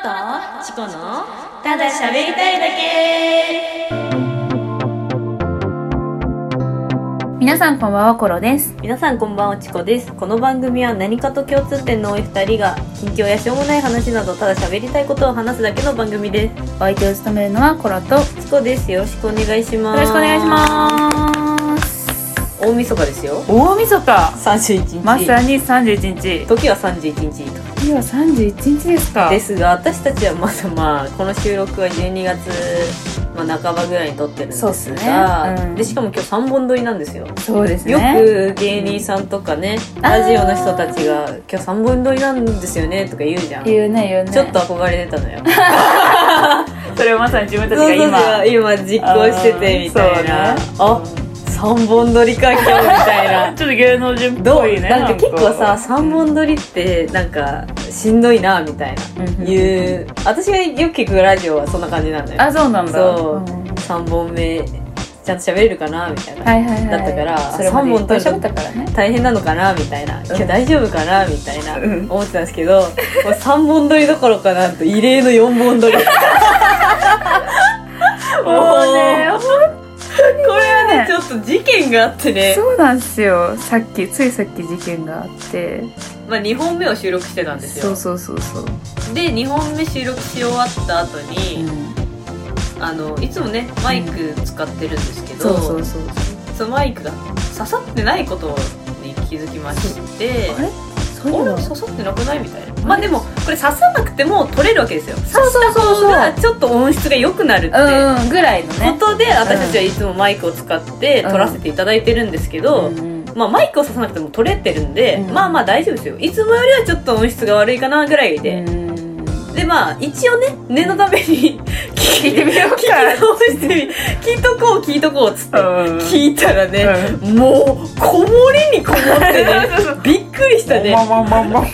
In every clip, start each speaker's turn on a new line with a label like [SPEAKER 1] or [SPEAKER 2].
[SPEAKER 1] とチコのただ喋りたいだけ
[SPEAKER 2] 皆さんこんばんはコロです
[SPEAKER 1] 皆さんこんばんはチコですこの番組は何かと共通点の多い2人が近況やしょうもない話などただ喋りたいことを話すだけの番組で
[SPEAKER 2] お相手を務めるのはコロとよ
[SPEAKER 1] すチコですよろしくお願いします
[SPEAKER 2] ろしくお願いします
[SPEAKER 1] す大晦日ですよ
[SPEAKER 2] 大晦日
[SPEAKER 1] 31日
[SPEAKER 2] まさに31日
[SPEAKER 1] 時は31日
[SPEAKER 2] 時は31日ですか
[SPEAKER 1] ですが私たちはまだまあこの収録は12月、まあ、半ばぐらいに撮ってるんです
[SPEAKER 2] そう
[SPEAKER 1] が
[SPEAKER 2] っすねうん
[SPEAKER 1] でしかも今日3本撮りなんですよ
[SPEAKER 2] そうですね
[SPEAKER 1] よく芸人さんとかね、
[SPEAKER 2] ん
[SPEAKER 1] ラジオの人たちが「今日3本撮りなんですよね」とか言うじゃん、
[SPEAKER 2] 言うね言うね
[SPEAKER 1] ちょっと憧れてたの よ
[SPEAKER 2] それをまさに自分たち
[SPEAKER 1] そう
[SPEAKER 2] が
[SPEAKER 1] そうそ
[SPEAKER 2] 今
[SPEAKER 1] う今実行しててみたいな、あ三3本撮りか今日みたい
[SPEAKER 2] あ
[SPEAKER 1] な
[SPEAKER 2] ちょっと芸能人っ
[SPEAKER 1] ど
[SPEAKER 2] ぽ
[SPEAKER 1] う
[SPEAKER 2] いね
[SPEAKER 1] なんか結構さ3本撮りってなんかしんどいなみたいないう私がよく聞くラジオはそんな感じなんだよ
[SPEAKER 2] あそうなんだ
[SPEAKER 1] そうん3本目ちゃんと喋れるかなみたいな、
[SPEAKER 2] はいはいはい
[SPEAKER 1] だったから
[SPEAKER 2] それまで
[SPEAKER 1] 三本取り
[SPEAKER 2] いっぱい喋ったから ね
[SPEAKER 1] 大変なのかなみたいな今日大丈夫かなみたいな
[SPEAKER 2] うん
[SPEAKER 1] 思ってたんですけど、もう3本撮りどころかなんと異例の4本 撮りもう
[SPEAKER 2] もうねほん
[SPEAKER 1] これはねちょっと事件があってね、
[SPEAKER 2] そうなんですよさっきついさっき事件があって
[SPEAKER 1] まあ、2本目を収録してたんです
[SPEAKER 2] そ
[SPEAKER 1] よ
[SPEAKER 2] うそうそうそう、
[SPEAKER 1] で2本目収録し終わった後に、あのいつもねマイク使ってるんですけ
[SPEAKER 2] そ
[SPEAKER 1] ど、
[SPEAKER 2] うそうそう
[SPEAKER 1] そのマイクが刺さってないことに気づきまして
[SPEAKER 2] あれそういう
[SPEAKER 1] 俺
[SPEAKER 2] の
[SPEAKER 1] も刺さってなくないみたいなまあでもこれ刺さなくても取れるわけですよ刺
[SPEAKER 2] そうそ
[SPEAKER 1] した
[SPEAKER 2] うそうそう
[SPEAKER 1] 方がちょっと音質が良くなるって
[SPEAKER 2] うんうんぐらいのね
[SPEAKER 1] ことで私たちはいつもマイクを使って撮らせていただいてるんですけど、
[SPEAKER 2] うん
[SPEAKER 1] まあ、マイクを刺さなくても撮れてるんで、
[SPEAKER 2] うん
[SPEAKER 1] まあまあ大丈夫ですよいつもよりはちょっと音質が悪いかなぐらいで、
[SPEAKER 2] うん
[SPEAKER 1] でまあ一応ね念のため に聞
[SPEAKER 2] 聞いてみようか
[SPEAKER 1] 聞き直してみ聞いとこう聞いとこうっつって
[SPEAKER 2] うん
[SPEAKER 1] 聞いたらね、
[SPEAKER 2] うん
[SPEAKER 1] もうこもりにこもって ねびっくりしたね
[SPEAKER 2] まあまあまあまあ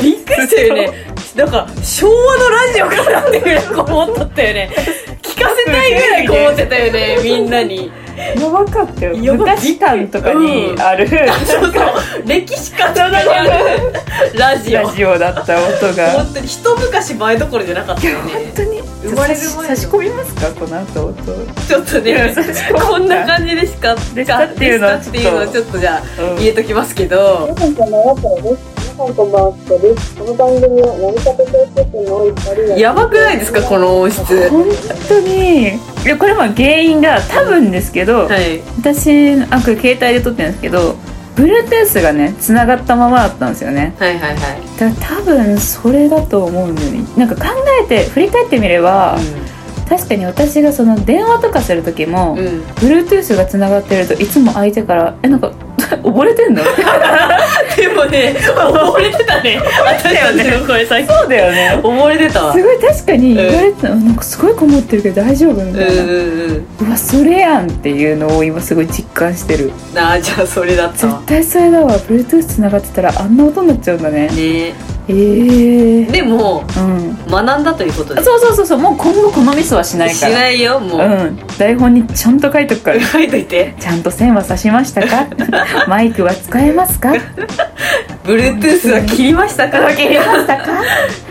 [SPEAKER 1] びっくりしたよねなんか昭和のラジオかなってぐらいこもっとったよね聞かせたいぐらいこもってたよねみんなに
[SPEAKER 2] やばかったよ
[SPEAKER 1] やばかった
[SPEAKER 2] 昔館とかにある
[SPEAKER 1] そうそう歴史家とかにあるラジオ
[SPEAKER 2] ラジオだった音が
[SPEAKER 1] 本当に一昔前どころじゃなかったよね
[SPEAKER 2] 本当に
[SPEAKER 1] 生まれる前の
[SPEAKER 2] 差し込みますかこの後音
[SPEAKER 1] ちょっとね
[SPEAKER 2] 差し込んだ
[SPEAKER 1] こんな感じでしかで
[SPEAKER 2] したっていうのは
[SPEAKER 1] したっていうのはちょっとじゃあ
[SPEAKER 2] うん
[SPEAKER 1] 言えときますけど、
[SPEAKER 3] 皆さんこんばんは、コロです。皆さんこんばんは、チコです。この番組は何かと共通点の多い二人が
[SPEAKER 1] やばくないですかこの音質
[SPEAKER 2] 本当にいやこれも原因が多分ですけど、
[SPEAKER 1] はい
[SPEAKER 2] 私あこれ携帯で撮ってるんですけど Bluetooth がね繋がったままだったんですよね
[SPEAKER 1] はいはいはい、
[SPEAKER 2] だから多分それだと思うんだよねなんか考えて振り返ってみれば、確かに私がその電話とかする時も、
[SPEAKER 1] うん
[SPEAKER 2] Bluetooth が繋がってるといつも相手から「えなんか 溺れてんの?」
[SPEAKER 1] でもね溺れてたね私たちの声さっき
[SPEAKER 2] そうだよね
[SPEAKER 1] 溺れてたわ
[SPEAKER 2] すごい確かに言われてたの、なんかすごいこもってるけど大丈夫み
[SPEAKER 1] うん
[SPEAKER 2] たいな、
[SPEAKER 1] うんうん
[SPEAKER 2] うわそれやんっていうのを今すごい実感してる
[SPEAKER 1] なあじゃあそれだったわ
[SPEAKER 2] 絶対それだわ Bluetooth 繋がってたらあんな音になっちゃうんだね
[SPEAKER 1] ね
[SPEAKER 2] ええ
[SPEAKER 1] でも
[SPEAKER 2] うん
[SPEAKER 1] 学んだということで
[SPEAKER 2] あそうそうそうそうもう今後このミスはしない
[SPEAKER 1] し
[SPEAKER 2] から
[SPEAKER 1] ないよもう、
[SPEAKER 2] うん台本にちゃんと書いとく から
[SPEAKER 1] 書いといて
[SPEAKER 2] ちゃんと線は刺しまし たかマイクは使えますか
[SPEAKER 1] Bluetooth は切りましたから
[SPEAKER 2] 切れましたか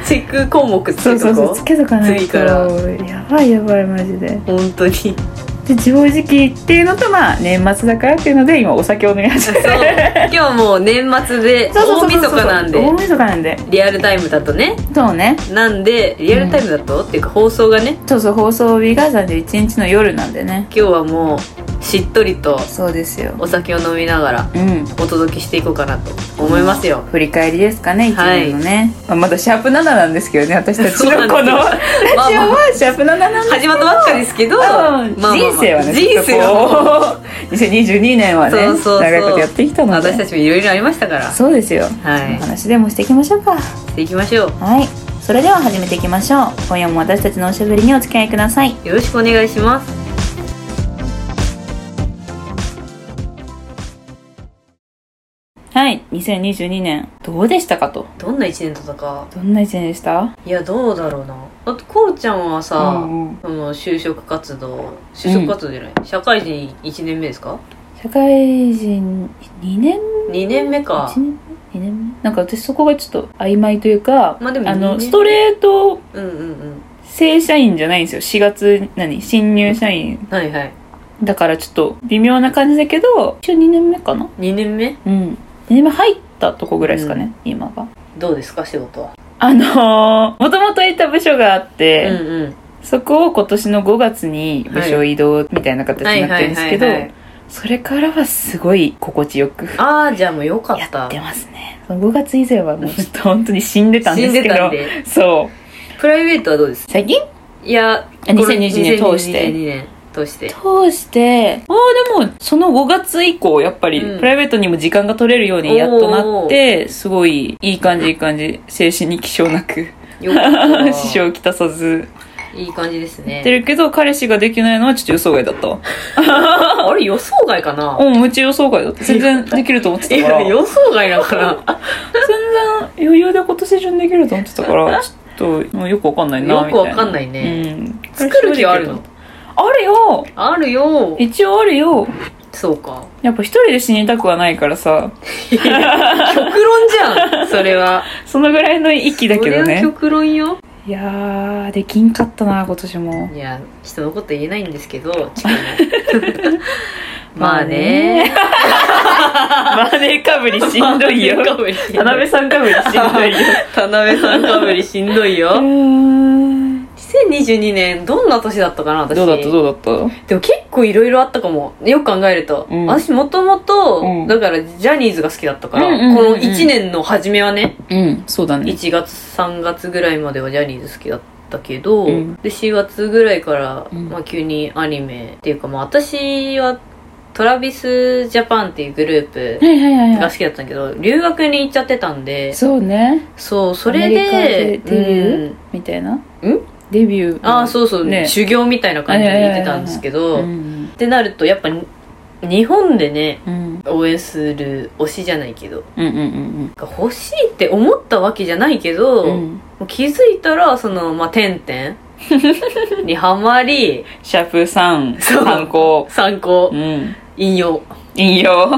[SPEAKER 1] チェック項目つ
[SPEAKER 2] そう
[SPEAKER 1] け
[SPEAKER 2] そ
[SPEAKER 1] と
[SPEAKER 2] うそ
[SPEAKER 1] こ
[SPEAKER 2] うつけとかないと
[SPEAKER 1] 次から
[SPEAKER 2] やばいやばいマジで
[SPEAKER 1] う本当にそう
[SPEAKER 2] で正直っていうのとまあ年末だからっていうので今お酒を飲み始めた
[SPEAKER 1] 今日もう年末で 大晦日なん
[SPEAKER 2] 大
[SPEAKER 1] で
[SPEAKER 2] 晦日なんで
[SPEAKER 1] リアルタイムだとね
[SPEAKER 2] そうね
[SPEAKER 1] なんでリアルタイムだと、っていうか放送がね
[SPEAKER 2] そうそう放送日が31日の夜なんでね
[SPEAKER 1] 今日はもうしっとりと
[SPEAKER 2] そうですよ
[SPEAKER 1] お酒を飲みながら
[SPEAKER 2] うん
[SPEAKER 1] お届けしていこうかなと思いますよ、
[SPEAKER 2] 振り返りですかね一
[SPEAKER 1] はい
[SPEAKER 2] 年のね、まあ、まだシャープ7なんですけどね私たちの
[SPEAKER 1] そ
[SPEAKER 2] こ
[SPEAKER 1] うな
[SPEAKER 2] のラジオ
[SPEAKER 1] まあまあ
[SPEAKER 2] はシャープ7なんです
[SPEAKER 1] 始まったばっかですけど、
[SPEAKER 2] うん
[SPEAKER 1] まあまあまあ
[SPEAKER 2] 人生はね
[SPEAKER 1] 人生は
[SPEAKER 2] は2022年はね
[SPEAKER 1] そうそうそう
[SPEAKER 2] 長いことやってきたので
[SPEAKER 1] 私たちもいろいろありましたから
[SPEAKER 2] そうですよ、
[SPEAKER 1] はい
[SPEAKER 2] お話でもしていきましょうか
[SPEAKER 1] していきましょう
[SPEAKER 2] はいそれでは始めていきましょう今夜も私たちのおしゃべりにお付き合いください
[SPEAKER 1] よろしくお願いします。
[SPEAKER 2] はい2022年どうでしたかと
[SPEAKER 1] どんな一年だったか。
[SPEAKER 2] どんな一年でした
[SPEAKER 1] いや、どうだろうな。だって、こうちゃんはさ、
[SPEAKER 2] うんうん
[SPEAKER 1] その就職活動、就職活動じゃない、社会人1年目ですか
[SPEAKER 2] 社会人2年
[SPEAKER 1] ?2 年目か
[SPEAKER 2] 1。年2年目なんか私そこがちょっと曖昧というか、
[SPEAKER 1] まあでも
[SPEAKER 2] あ
[SPEAKER 1] いい
[SPEAKER 2] の
[SPEAKER 1] ね
[SPEAKER 2] ストレート
[SPEAKER 1] うんうんうん
[SPEAKER 2] 正社員じゃないんですよ4月何新入社員
[SPEAKER 1] はいはい
[SPEAKER 2] だからちょっと微妙な感じだけど一応2年目かな
[SPEAKER 1] 2年目
[SPEAKER 2] うん2年目入ったとこぐらいですかね、今が
[SPEAKER 1] どうですか仕事は
[SPEAKER 2] あのー、もともといた部署があって、
[SPEAKER 1] うんうん
[SPEAKER 2] そこを今年の5月に部署移動みたいな形になってるんですけど、
[SPEAKER 1] はいはいはいはい
[SPEAKER 2] それからはすごい心地よく
[SPEAKER 1] ああじゃあもうよか
[SPEAKER 2] や
[SPEAKER 1] った
[SPEAKER 2] ってますね。その5月以前はもうちょっと本当に死んでたんで
[SPEAKER 1] 死
[SPEAKER 2] す
[SPEAKER 1] んで
[SPEAKER 2] け
[SPEAKER 1] た
[SPEAKER 2] ど
[SPEAKER 1] ん。で
[SPEAKER 2] そう。
[SPEAKER 1] プライベートはどうです
[SPEAKER 2] 最近
[SPEAKER 1] いや
[SPEAKER 2] あ2022年通して
[SPEAKER 1] 2022年通 して
[SPEAKER 2] 通して、ああ、でもその5月以降、やっぱり
[SPEAKER 1] うん
[SPEAKER 2] プライベートにも時間が取れるようにやっとなって、すごいいい感じいい感じ、精神に気性 なく、
[SPEAKER 1] よかった
[SPEAKER 2] 支障をきたさず、
[SPEAKER 1] いい感じですね
[SPEAKER 2] やってるけど、彼氏ができないのはちょっと予想外だったわ。
[SPEAKER 1] ああれ予想外かな
[SPEAKER 2] うん、うち予想外 だった。全然できると思って
[SPEAKER 1] い
[SPEAKER 2] たから。
[SPEAKER 1] や
[SPEAKER 2] 全
[SPEAKER 1] 予想外だ から
[SPEAKER 2] 然余裕で今年中にできると思って たから、ちょっともうよくわかんないな、み
[SPEAKER 1] よ
[SPEAKER 2] たい
[SPEAKER 1] く
[SPEAKER 2] な。
[SPEAKER 1] わかんないね
[SPEAKER 2] うん。
[SPEAKER 1] 作る気はあるの
[SPEAKER 2] あるよ
[SPEAKER 1] あるよ
[SPEAKER 2] 一応あるよ
[SPEAKER 1] そうか
[SPEAKER 2] やっぱ一人で死にたくはないからさ
[SPEAKER 1] 極論じゃんそれは
[SPEAKER 2] そのぐらいの域だけど
[SPEAKER 1] それは
[SPEAKER 2] ね
[SPEAKER 1] 極論よ
[SPEAKER 2] いやーできんかったな今年も
[SPEAKER 1] いや人のこと言えないんですけ どちょっとねまあ ね
[SPEAKER 2] マネーかぶり しんどいよ
[SPEAKER 1] 田辺さん
[SPEAKER 2] 田辺さんかぶりしんどいよ
[SPEAKER 1] 田辺さんかぶりしんどいう
[SPEAKER 2] ー
[SPEAKER 1] よ
[SPEAKER 2] ん
[SPEAKER 1] 2022年どんな年だったかな私
[SPEAKER 2] どうだったどうだっ
[SPEAKER 1] でも結構いろいろあったかもよく考えると、
[SPEAKER 2] うん
[SPEAKER 1] 私もとも
[SPEAKER 2] う
[SPEAKER 1] と
[SPEAKER 2] ん
[SPEAKER 1] だからジャニーズが好きだったから、
[SPEAKER 2] うんうんうんうん
[SPEAKER 1] この1年の初めはね
[SPEAKER 2] たうんそうだね
[SPEAKER 1] 1月3月ぐらいまではジャニーズ好きだったけど、
[SPEAKER 2] うん
[SPEAKER 1] で4月ぐらいから、
[SPEAKER 2] うん
[SPEAKER 1] まあ、急にアニメっていうか、まあ、私はトラビスジャパンっていうグループ
[SPEAKER 2] はいはいはいは
[SPEAKER 1] が好きだったんだけど留学に行っちゃってたんで
[SPEAKER 2] いそうね
[SPEAKER 1] そうそれで
[SPEAKER 2] アメリカでデビュー
[SPEAKER 1] うん
[SPEAKER 2] みたいなデビュー
[SPEAKER 1] ああそうそう、
[SPEAKER 2] ね
[SPEAKER 1] 修行みたいな感じで行ってたんですけど、
[SPEAKER 2] ん
[SPEAKER 1] ってなるとやっぱに日本でね
[SPEAKER 2] うん
[SPEAKER 1] 応援する推しじゃないけど
[SPEAKER 2] うんうん
[SPEAKER 1] 欲しいって思ったわけじゃないけど、
[SPEAKER 2] う
[SPEAKER 1] も
[SPEAKER 2] ん
[SPEAKER 1] う気づいたらそのまあ点 々にハマり
[SPEAKER 2] シャープ3
[SPEAKER 1] そう
[SPEAKER 2] 参考
[SPEAKER 1] 参考
[SPEAKER 2] うん
[SPEAKER 1] 引用
[SPEAKER 2] 引用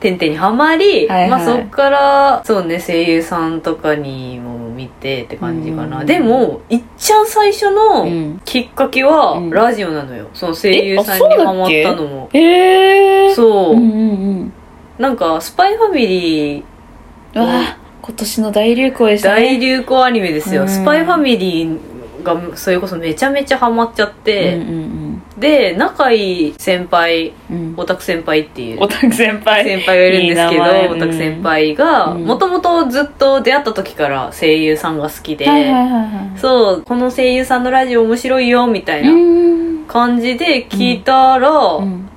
[SPEAKER 1] 点々にはまり、
[SPEAKER 2] はいはい
[SPEAKER 1] まあそっからそうね声優さんとかにも見てって感じかな、
[SPEAKER 2] うん
[SPEAKER 1] でもいっちゃん最初のきっかけは
[SPEAKER 2] うん
[SPEAKER 1] ラジオなのよ、その声優さん
[SPEAKER 2] えあ
[SPEAKER 1] に
[SPEAKER 2] そうだっけ
[SPEAKER 1] ハマったのも
[SPEAKER 2] ええー、
[SPEAKER 1] そう、
[SPEAKER 2] うんうんうん
[SPEAKER 1] なんか「スパイファミリー」
[SPEAKER 2] うわあ今年の大流行でした
[SPEAKER 1] 大
[SPEAKER 2] ね
[SPEAKER 1] 流行アニメですよ、
[SPEAKER 2] うん
[SPEAKER 1] スパイファミリーがそれこそめちゃめちゃハマっちゃって、
[SPEAKER 2] うんうん
[SPEAKER 1] で仲いい先輩
[SPEAKER 2] うんうん
[SPEAKER 1] オタク先輩っていう
[SPEAKER 2] オタク先輩
[SPEAKER 1] 先輩がいるんですけど
[SPEAKER 2] いい名前
[SPEAKER 1] オタク先輩が
[SPEAKER 2] うん
[SPEAKER 1] もともとずっと出会った時から声優さんが好きで、
[SPEAKER 2] はいはいはいはい
[SPEAKER 1] そうこの声優さんのラジオ面白いよみたいうなん感じで聞いたら、
[SPEAKER 2] うん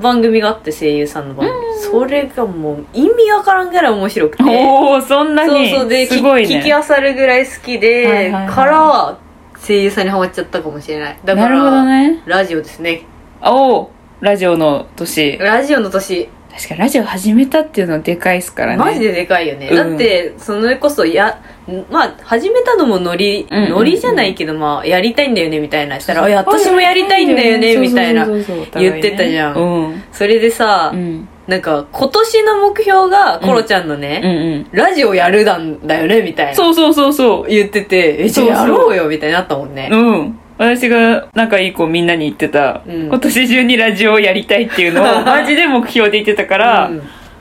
[SPEAKER 1] 番組があって声優さんの番組、それがもう意味わからんぐらい面白くて
[SPEAKER 2] おおそんな
[SPEAKER 1] そう
[SPEAKER 2] に
[SPEAKER 1] そうで、
[SPEAKER 2] す
[SPEAKER 1] き
[SPEAKER 2] ごい
[SPEAKER 1] 聞き
[SPEAKER 2] ね
[SPEAKER 1] あさるぐらい好きで、
[SPEAKER 2] はいはいはい
[SPEAKER 1] から声優さんにハマっちゃったかもしれないだ
[SPEAKER 2] な
[SPEAKER 1] か
[SPEAKER 2] るほ
[SPEAKER 1] ら、
[SPEAKER 2] どね
[SPEAKER 1] ラジオですね
[SPEAKER 2] おおラジオの年
[SPEAKER 1] ラジオの年、
[SPEAKER 2] 確かにラジオ始めたっていうのはでかいっすからね
[SPEAKER 1] マジででかいよね、
[SPEAKER 2] うん
[SPEAKER 1] だってそれこそやまあ始めたのもノリ、
[SPEAKER 2] うんうんうん
[SPEAKER 1] ノリじゃないけどまあやりたいんだよねみたいなしたら「あいや
[SPEAKER 2] そう
[SPEAKER 1] 私もやりたいんだよね」みたいな
[SPEAKER 2] そうそうそうそうお互いね
[SPEAKER 1] 言ってたじゃん
[SPEAKER 2] うん
[SPEAKER 1] それでさ、
[SPEAKER 2] うん
[SPEAKER 1] なんか今年の目標がコロちゃんの
[SPEAKER 2] う
[SPEAKER 1] ね、
[SPEAKER 2] んうん
[SPEAKER 1] ラジオやるなんだよねみたいな
[SPEAKER 2] そうそうそうそう
[SPEAKER 1] 言ってて「えじゃあ
[SPEAKER 2] そうそう
[SPEAKER 1] やろうよ」みたいになったもんね、
[SPEAKER 2] うん。私が仲いい子みんなに言ってた、
[SPEAKER 1] うん
[SPEAKER 2] 今年中にラジオをやりたいっていうの をマジで目標で言ってたから、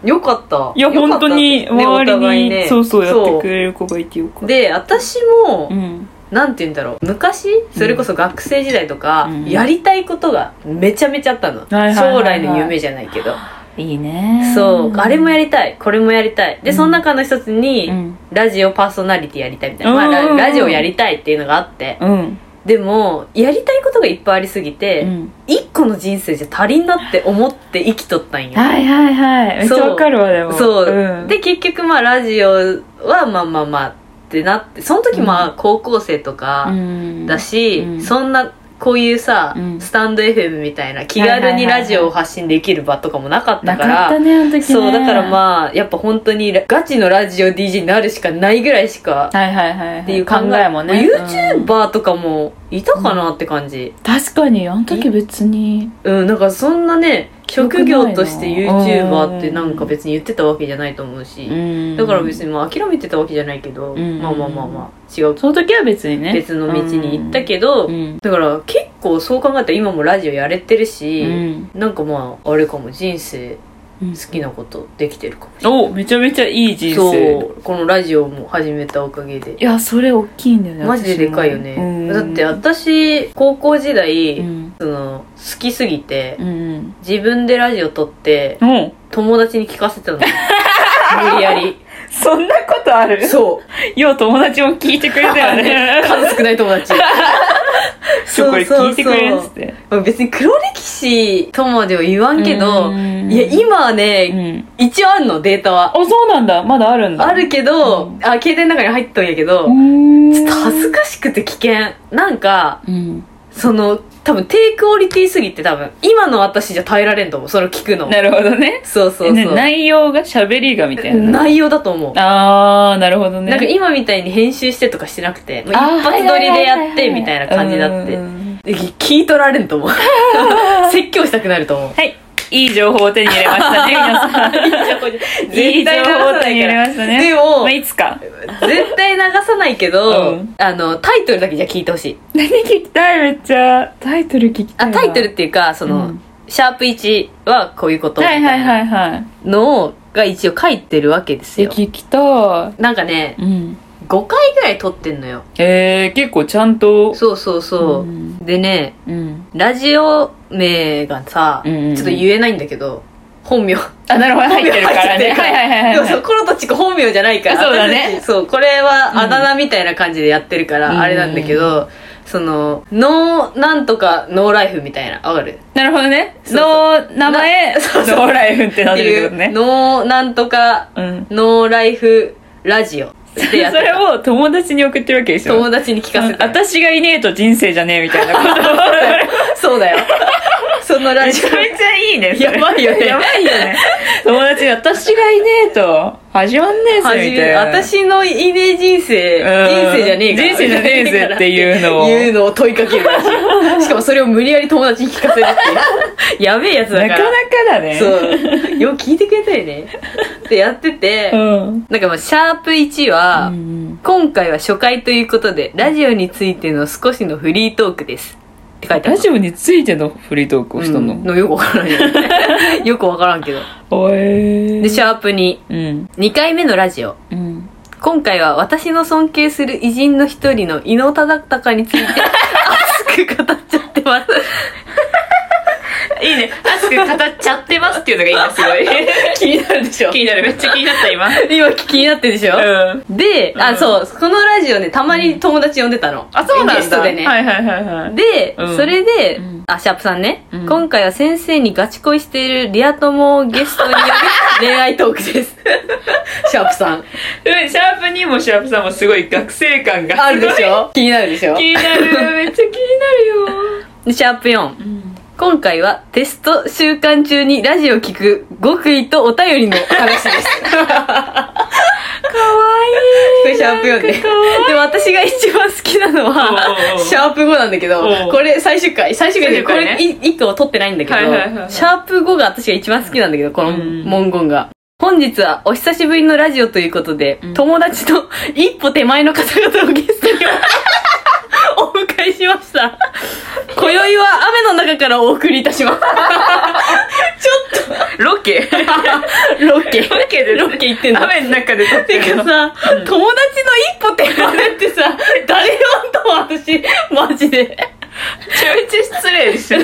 [SPEAKER 1] うん、よかった
[SPEAKER 2] いや、
[SPEAKER 1] よか
[SPEAKER 2] 本
[SPEAKER 1] った
[SPEAKER 2] 当に
[SPEAKER 1] ね
[SPEAKER 2] 周り
[SPEAKER 1] お互
[SPEAKER 2] に、
[SPEAKER 1] いね
[SPEAKER 2] そうそうやってくれる子がいてよかっ
[SPEAKER 1] そ
[SPEAKER 2] た。
[SPEAKER 1] うで私も、
[SPEAKER 2] うん。
[SPEAKER 1] なんて言うんだろう昔それこそ学生時代とか、
[SPEAKER 2] うん
[SPEAKER 1] やりたいことがめちゃめちゃあったの、
[SPEAKER 2] はいはいはいはい
[SPEAKER 1] 将来の夢じゃないけど、
[SPEAKER 2] いいね
[SPEAKER 1] そうあれもや
[SPEAKER 2] り
[SPEAKER 1] りたいこれもやりたいで、
[SPEAKER 2] うん
[SPEAKER 1] その中の一つに、
[SPEAKER 2] うん。
[SPEAKER 1] ラジオパーソナリティやりたいみたいな、まあ、
[SPEAKER 2] うんう
[SPEAKER 1] ラ
[SPEAKER 2] んうん
[SPEAKER 1] ラジオやりたいっていうのがあって
[SPEAKER 2] うん。
[SPEAKER 1] でもやりたいことがいっぱいありすぎ
[SPEAKER 2] う
[SPEAKER 1] て、
[SPEAKER 2] ん。
[SPEAKER 1] 一1個の人生じゃ足りんなって思って生きとったんよ
[SPEAKER 2] はいはいはい。めっちゃわかるわ、でも。
[SPEAKER 1] そう、
[SPEAKER 2] うん、
[SPEAKER 1] で結局まあラジオはまあまあまあってなってその時まあ高校生と
[SPEAKER 2] う
[SPEAKER 1] か
[SPEAKER 2] ん、
[SPEAKER 1] だし、
[SPEAKER 2] うん
[SPEAKER 1] そんなこういうさ、
[SPEAKER 2] うん
[SPEAKER 1] スタンド FM みたいな気軽にラジオを発信できる場とかもなかった
[SPEAKER 2] な
[SPEAKER 1] か
[SPEAKER 2] からったね、あの時ね。
[SPEAKER 1] そうだからまあやっぱ本当にガチのラジオ DJ になるしかないぐらいしか
[SPEAKER 2] あ。はいはいはいはい。
[SPEAKER 1] っていう
[SPEAKER 2] 考
[SPEAKER 1] 考
[SPEAKER 2] え
[SPEAKER 1] え
[SPEAKER 2] も
[SPEAKER 1] も
[SPEAKER 2] ね。
[SPEAKER 1] ね
[SPEAKER 2] うん
[SPEAKER 1] YouTuber とかもいたかなって感じ
[SPEAKER 2] 確かに、あの時別に。
[SPEAKER 1] うん、なんかそんなね職業として
[SPEAKER 2] よくないな
[SPEAKER 1] YouTuber ってなんか別に言ってたわけじゃないと思うし、だから別にまあ諦めてたわけじゃないけど、
[SPEAKER 2] うん
[SPEAKER 1] まあまあまあまあ違う
[SPEAKER 2] その時は別にね
[SPEAKER 1] 別の道に行ったけど、
[SPEAKER 2] どうん
[SPEAKER 1] だから結構そう考えたら今もラジオやれてる
[SPEAKER 2] う
[SPEAKER 1] し、
[SPEAKER 2] ん
[SPEAKER 1] なんかまああれかも人生
[SPEAKER 2] うん
[SPEAKER 1] 好きなことできてるかもしれない、
[SPEAKER 2] おめちゃめちゃいい人
[SPEAKER 1] そ
[SPEAKER 2] 生
[SPEAKER 1] うこのラジオも始めたおかげで
[SPEAKER 2] いやそれ大きいんだよね
[SPEAKER 1] マジででかいよ
[SPEAKER 2] 私もうん
[SPEAKER 1] ねだって私高校時代、
[SPEAKER 2] うん
[SPEAKER 1] その好きすぎて
[SPEAKER 2] うん
[SPEAKER 1] 自分でラジオ撮って
[SPEAKER 2] うんうん
[SPEAKER 1] 友達に聞かせ てたの無理やり
[SPEAKER 2] そんなことある
[SPEAKER 1] そう
[SPEAKER 2] よう友達も聞いてくれたよ ね
[SPEAKER 1] 数少ない友達
[SPEAKER 2] ちょこれ聞いてくれっつって
[SPEAKER 1] まあ別に黒歴史とまでは言わんけど、
[SPEAKER 2] うん
[SPEAKER 1] いや今は
[SPEAKER 2] う
[SPEAKER 1] ね、
[SPEAKER 2] ん
[SPEAKER 1] 一応あんのデータは
[SPEAKER 2] あそうなんだまだあるんだ
[SPEAKER 1] あるけど、
[SPEAKER 2] うん
[SPEAKER 1] あ携帯の中に入っとんやけど、ち
[SPEAKER 2] ち
[SPEAKER 1] ょっと恥ずかしくて危険なんか
[SPEAKER 2] うん
[SPEAKER 1] その多分低クオリティすぎて多分今の私じゃ耐えられんと思うそれを聞くの
[SPEAKER 2] なるほどね
[SPEAKER 1] そうそうそう、
[SPEAKER 2] ね内容が喋りがみたいな
[SPEAKER 1] 内容だと思う
[SPEAKER 2] あーなるほどね
[SPEAKER 1] なんか今みたいに編集してとかしてなくて、もう一
[SPEAKER 2] あー
[SPEAKER 1] 発撮りでやってみたいな感じだっ
[SPEAKER 2] はいはいはいはいう
[SPEAKER 1] て。
[SPEAKER 2] んうんうん
[SPEAKER 1] で聞い取られんと思 う。説教したくなると思う。
[SPEAKER 2] はいいい情報を手に入れました ね皆 さんいい
[SPEAKER 1] 絶
[SPEAKER 2] 情
[SPEAKER 1] 対流さ
[SPEAKER 2] 報を
[SPEAKER 1] な
[SPEAKER 2] 手に
[SPEAKER 1] いか
[SPEAKER 2] 入れま
[SPEAKER 1] ら。
[SPEAKER 2] したね
[SPEAKER 1] でも
[SPEAKER 2] まあ、いつか
[SPEAKER 1] 絶対流さないけど、
[SPEAKER 2] うん
[SPEAKER 1] あの、タイトルだけじゃ聞いてほしい。
[SPEAKER 2] 何聞きたいめっちゃタイトル聞きたい
[SPEAKER 1] あ、
[SPEAKER 2] わ
[SPEAKER 1] タイトルっていうか、その、
[SPEAKER 2] うん
[SPEAKER 1] シャープ1はこういうことみ
[SPEAKER 2] は
[SPEAKER 1] た
[SPEAKER 2] い
[SPEAKER 1] い
[SPEAKER 2] はい
[SPEAKER 1] な
[SPEAKER 2] はいはい
[SPEAKER 1] のをが一応書いてるわけです
[SPEAKER 2] え
[SPEAKER 1] よ。
[SPEAKER 2] 聞きたい
[SPEAKER 1] なんかね、
[SPEAKER 2] うん
[SPEAKER 1] 5回ぐらい撮ってんのよ。
[SPEAKER 2] えー、結構ちゃんと
[SPEAKER 1] そうそうそう。
[SPEAKER 2] うん
[SPEAKER 1] でね、
[SPEAKER 2] うん
[SPEAKER 1] ラジオ名がさ、
[SPEAKER 2] うんうんうん
[SPEAKER 1] ちょっと言えないんだけど、本名。
[SPEAKER 2] あなるほど入ってるから
[SPEAKER 1] 入って
[SPEAKER 2] ね
[SPEAKER 1] るか
[SPEAKER 2] はい
[SPEAKER 1] ら
[SPEAKER 2] はいはい
[SPEAKER 1] でも
[SPEAKER 2] は
[SPEAKER 1] そう、
[SPEAKER 2] い
[SPEAKER 1] コロとチコ本名じゃないから。
[SPEAKER 2] そうだね
[SPEAKER 1] 私たちそう、これは
[SPEAKER 2] う
[SPEAKER 1] あ
[SPEAKER 2] ん
[SPEAKER 1] だ名みたいな感じでやってるから、
[SPEAKER 2] うん
[SPEAKER 1] あれなんだけど、その、ノー、なんとかノーライフみたいな、わかる
[SPEAKER 2] なるほどね
[SPEAKER 1] そうそ
[SPEAKER 2] の名前
[SPEAKER 1] なそうそう
[SPEAKER 2] ノーライフってな
[SPEAKER 1] っ
[SPEAKER 2] ってて
[SPEAKER 1] い
[SPEAKER 2] るってこ
[SPEAKER 1] う、
[SPEAKER 2] とね
[SPEAKER 1] ノー、なんとか、
[SPEAKER 2] うん
[SPEAKER 1] ノーライフラジオってやっ
[SPEAKER 2] そ
[SPEAKER 1] て
[SPEAKER 2] れ
[SPEAKER 1] た。
[SPEAKER 2] を友達に送ってるわけでしょ
[SPEAKER 1] 友達に聞かせ
[SPEAKER 2] うん
[SPEAKER 1] た。
[SPEAKER 2] 私がいねえと人生じゃねえみたいなこと
[SPEAKER 1] そうだよ。 そのラ
[SPEAKER 2] め
[SPEAKER 1] ジ
[SPEAKER 2] ちゃめちゃいいねそれ
[SPEAKER 1] やばいよね
[SPEAKER 2] やばいよね友達に私がいねえと始まんねえ
[SPEAKER 1] オ。
[SPEAKER 2] ぞ
[SPEAKER 1] は
[SPEAKER 2] み
[SPEAKER 1] じ
[SPEAKER 2] た
[SPEAKER 1] め、
[SPEAKER 2] いな
[SPEAKER 1] 私のいねえ人生、
[SPEAKER 2] う
[SPEAKER 1] 人
[SPEAKER 2] ん
[SPEAKER 1] 生じゃねえから。
[SPEAKER 2] 人生じゃねえぜっていうの を
[SPEAKER 1] いうのを問いかけるラジオ。しかもそれを無理やり友達に聞かせるっていう。やべえやつだ
[SPEAKER 2] な
[SPEAKER 1] か。
[SPEAKER 2] からなかだね
[SPEAKER 1] そう。よく聞いてくれたよね。ってやってて、
[SPEAKER 2] うん
[SPEAKER 1] なんかまあ、シャープ1は、今回は初回ということで、ラジオについての少しのフリートークです。って書いてあ
[SPEAKER 2] ラ
[SPEAKER 1] る。
[SPEAKER 2] ジオについてのフリートークをしたの、
[SPEAKER 1] うんのよくわからん よ。よくわからんけど。
[SPEAKER 2] おえー
[SPEAKER 1] で、シャープ2、
[SPEAKER 2] うん
[SPEAKER 1] 2回目のラジオ。
[SPEAKER 2] うん
[SPEAKER 1] 今回は私の尊敬する偉人の一人の伊能忠敬について熱く語っちゃってます。
[SPEAKER 2] いいね熱く語っちゃってますっていうのがいいねすごい
[SPEAKER 1] 気になるでしょ
[SPEAKER 2] 気になるめっちゃ気になった今
[SPEAKER 1] 今気になってるでしょ、
[SPEAKER 2] うん
[SPEAKER 1] で、
[SPEAKER 2] う
[SPEAKER 1] あ、
[SPEAKER 2] ん
[SPEAKER 1] そう、このラジオね、たまに友達呼んでたの。
[SPEAKER 2] あそうなんだ
[SPEAKER 1] ゲストでね。
[SPEAKER 2] はいはいはいはい
[SPEAKER 1] で、
[SPEAKER 2] うん
[SPEAKER 1] それで、
[SPEAKER 2] うん
[SPEAKER 1] あ、シャープさんね、
[SPEAKER 2] うん
[SPEAKER 1] 今回は先生にガチ恋しているリア友をゲストに呼び、恋愛トークです。 シャープさん。
[SPEAKER 2] うんシャープにもシャープさんもすごい学生感が
[SPEAKER 1] あるでし
[SPEAKER 2] ょ
[SPEAKER 1] ょ気になるでしょ
[SPEAKER 2] 気にな るめっちゃ気になるよ
[SPEAKER 1] でシャープ4。
[SPEAKER 2] うん
[SPEAKER 1] 今回はテスト週間中にラジオ聞く極意とお便りの話 です。
[SPEAKER 2] かわ
[SPEAKER 1] こ
[SPEAKER 2] い
[SPEAKER 1] れ
[SPEAKER 2] い
[SPEAKER 1] シャープ4ね
[SPEAKER 2] なんかかわいい。
[SPEAKER 1] でも私が一番好きなの
[SPEAKER 2] おうおうお
[SPEAKER 1] は
[SPEAKER 2] う、
[SPEAKER 1] シャープ5なんだけど
[SPEAKER 2] おう、
[SPEAKER 1] これ最終回、最終回でこ
[SPEAKER 2] 最終
[SPEAKER 1] れ
[SPEAKER 2] 回
[SPEAKER 1] 1個を取ってないんだけど
[SPEAKER 2] はいはいはいは、い
[SPEAKER 1] シャープ5が私が一番好きなんだけど、この
[SPEAKER 2] うん
[SPEAKER 1] 文言が。本日はお久しぶりのラジオということで、
[SPEAKER 2] うん
[SPEAKER 1] 友達と一歩手前の方々をゲストにおお迎えしました。今宵は雨の中からお送りいたし ます。
[SPEAKER 2] ロケ
[SPEAKER 1] ロケ。ロ
[SPEAKER 2] ケです
[SPEAKER 1] ロケ行ってんの。
[SPEAKER 2] 雨の中で撮って
[SPEAKER 1] てか
[SPEAKER 2] るの
[SPEAKER 1] さ、 友達の一歩手前ってさ、誰よんとも私、マジで。
[SPEAKER 2] めちゃめちゃ失礼でしょ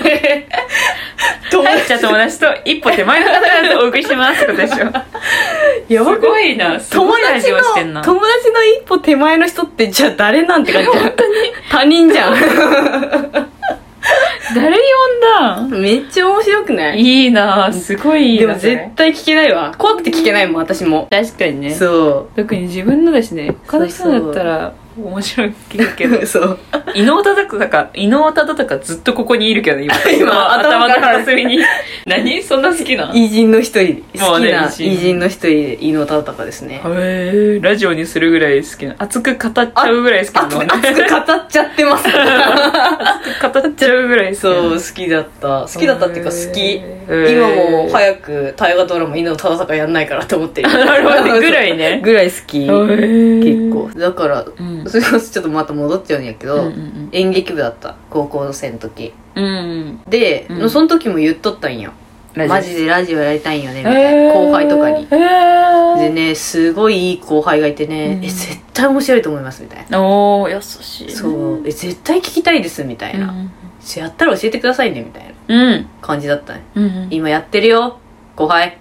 [SPEAKER 1] 友
[SPEAKER 2] はい、じゃあ友達と一歩手前の方々とお送りしますことで しょ。
[SPEAKER 1] やば
[SPEAKER 2] すごいな。す
[SPEAKER 1] 友
[SPEAKER 2] ごいラ
[SPEAKER 1] 達
[SPEAKER 2] ジオ
[SPEAKER 1] の
[SPEAKER 2] してんな。、
[SPEAKER 1] 友達の一歩手前の人って、じゃあ誰なんて感じ本当に他人じゃん。
[SPEAKER 2] 誰呼んだ
[SPEAKER 1] めっちゃ面白くない
[SPEAKER 2] いいなすごいいい
[SPEAKER 1] でも
[SPEAKER 2] な。それ
[SPEAKER 1] 絶対聞けないわ。怖くて聞けないもん、私も。
[SPEAKER 2] 確かにね。
[SPEAKER 1] そ
[SPEAKER 2] 特に自分のだしね、他の人
[SPEAKER 1] そうそ
[SPEAKER 2] だ
[SPEAKER 1] う
[SPEAKER 2] ったら面白いけど
[SPEAKER 1] う。。 そう。
[SPEAKER 2] 伊能忠敬、伊能忠敬ずっとここにいるけど、 今。
[SPEAKER 1] 今
[SPEAKER 2] 頭
[SPEAKER 1] 頭
[SPEAKER 2] の
[SPEAKER 1] から
[SPEAKER 2] 片隅に。 何そんな好きな
[SPEAKER 1] 偉人の一人、
[SPEAKER 2] も
[SPEAKER 1] 好
[SPEAKER 2] う
[SPEAKER 1] き
[SPEAKER 2] ね
[SPEAKER 1] な
[SPEAKER 2] 偉人
[SPEAKER 1] 偉人の一人で、伊能忠敬ですね。
[SPEAKER 2] へえ、ラジオにするぐらい好きな。熱く語っちゃうぐらい好きな
[SPEAKER 1] 熱
[SPEAKER 2] の
[SPEAKER 1] く
[SPEAKER 2] ね。
[SPEAKER 1] 熱く語っちゃってます。
[SPEAKER 2] 語っちゃうぐぐら い
[SPEAKER 1] そう
[SPEAKER 2] う
[SPEAKER 1] 好きだった好きだったっていうか好き今もう
[SPEAKER 2] い
[SPEAKER 1] 早く大河ドラマ「稲の忠坂」やんないからと思って る
[SPEAKER 2] なるほどねぐらいね
[SPEAKER 1] ぐらい好き
[SPEAKER 2] 結
[SPEAKER 1] 結構だから
[SPEAKER 2] うん
[SPEAKER 1] それこそちょっとまた戻っちゃうんやけ
[SPEAKER 2] う
[SPEAKER 1] ど、
[SPEAKER 2] ん
[SPEAKER 1] 演劇部だった高校生の時
[SPEAKER 2] うん
[SPEAKER 1] で、
[SPEAKER 2] うん
[SPEAKER 1] その時も言っとったんよ
[SPEAKER 2] ラジオ
[SPEAKER 1] マジでラジオやりたいんよねみたい
[SPEAKER 2] え
[SPEAKER 1] な、
[SPEAKER 2] ー
[SPEAKER 1] 後輩とかにで
[SPEAKER 2] え
[SPEAKER 1] ねすごいいい後輩がいてね、
[SPEAKER 2] うん
[SPEAKER 1] え絶対面白いと思いますみたいな、
[SPEAKER 2] ーおー優しいね
[SPEAKER 1] そうえ絶対聞きたいですみたいな、やったら教えてくださいねみたいな
[SPEAKER 2] うん
[SPEAKER 1] 感じだったね
[SPEAKER 2] うん
[SPEAKER 1] 今やってるよ後輩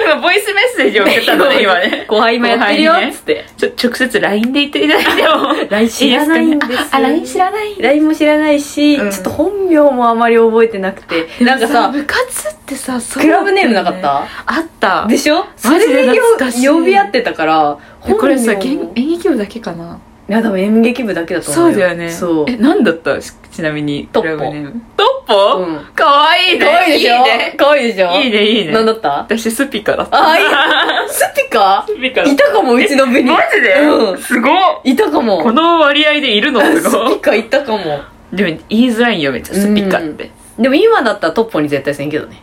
[SPEAKER 2] 今ボイスメッセージを受けたのね今ね
[SPEAKER 1] 後輩今やってるよ
[SPEAKER 2] 後輩にね
[SPEAKER 1] っつって
[SPEAKER 2] ちょ直接 LINE で言っていただいても
[SPEAKER 1] LINE 知らないんです
[SPEAKER 2] ああ LINE 知らないんだ
[SPEAKER 1] LINE も知らないし、
[SPEAKER 2] うん
[SPEAKER 1] ちょっと本名もあまり覚えてなくて なんかさ
[SPEAKER 2] 部活ってさそう
[SPEAKER 1] ク
[SPEAKER 2] な
[SPEAKER 1] ラ
[SPEAKER 2] んだ
[SPEAKER 1] ブ
[SPEAKER 2] よね
[SPEAKER 1] ネームなかった
[SPEAKER 2] あった
[SPEAKER 1] でしょそ
[SPEAKER 2] マジで
[SPEAKER 1] れで
[SPEAKER 2] 懐かしい
[SPEAKER 1] 呼呼び合ってたから
[SPEAKER 2] えこれさ
[SPEAKER 1] 本名
[SPEAKER 2] 演
[SPEAKER 1] もい
[SPEAKER 2] 演劇部だけかな
[SPEAKER 1] やでも演劇部だけだと思
[SPEAKER 2] そううだよね
[SPEAKER 1] そう
[SPEAKER 2] え何だったしちなみに
[SPEAKER 1] トッポ
[SPEAKER 2] クラブネームトッポ
[SPEAKER 1] うん
[SPEAKER 2] かわいいね
[SPEAKER 1] 可愛いでしょ
[SPEAKER 2] いいね
[SPEAKER 1] 可愛いでしょ
[SPEAKER 2] いいねいいね
[SPEAKER 1] 何だった
[SPEAKER 2] 私スピカだった
[SPEAKER 1] あいいスピカ
[SPEAKER 2] スピカ
[SPEAKER 1] いたかもうちの部に
[SPEAKER 2] マジで、
[SPEAKER 1] うん
[SPEAKER 2] すごっ
[SPEAKER 1] いたかも
[SPEAKER 2] この割合でいるのす
[SPEAKER 1] ス
[SPEAKER 2] ご
[SPEAKER 1] ピ
[SPEAKER 2] っ
[SPEAKER 1] カいたかも
[SPEAKER 2] でも言いづらいよめっちゃスピカって
[SPEAKER 1] でも今だったらトッポに絶対せんけどね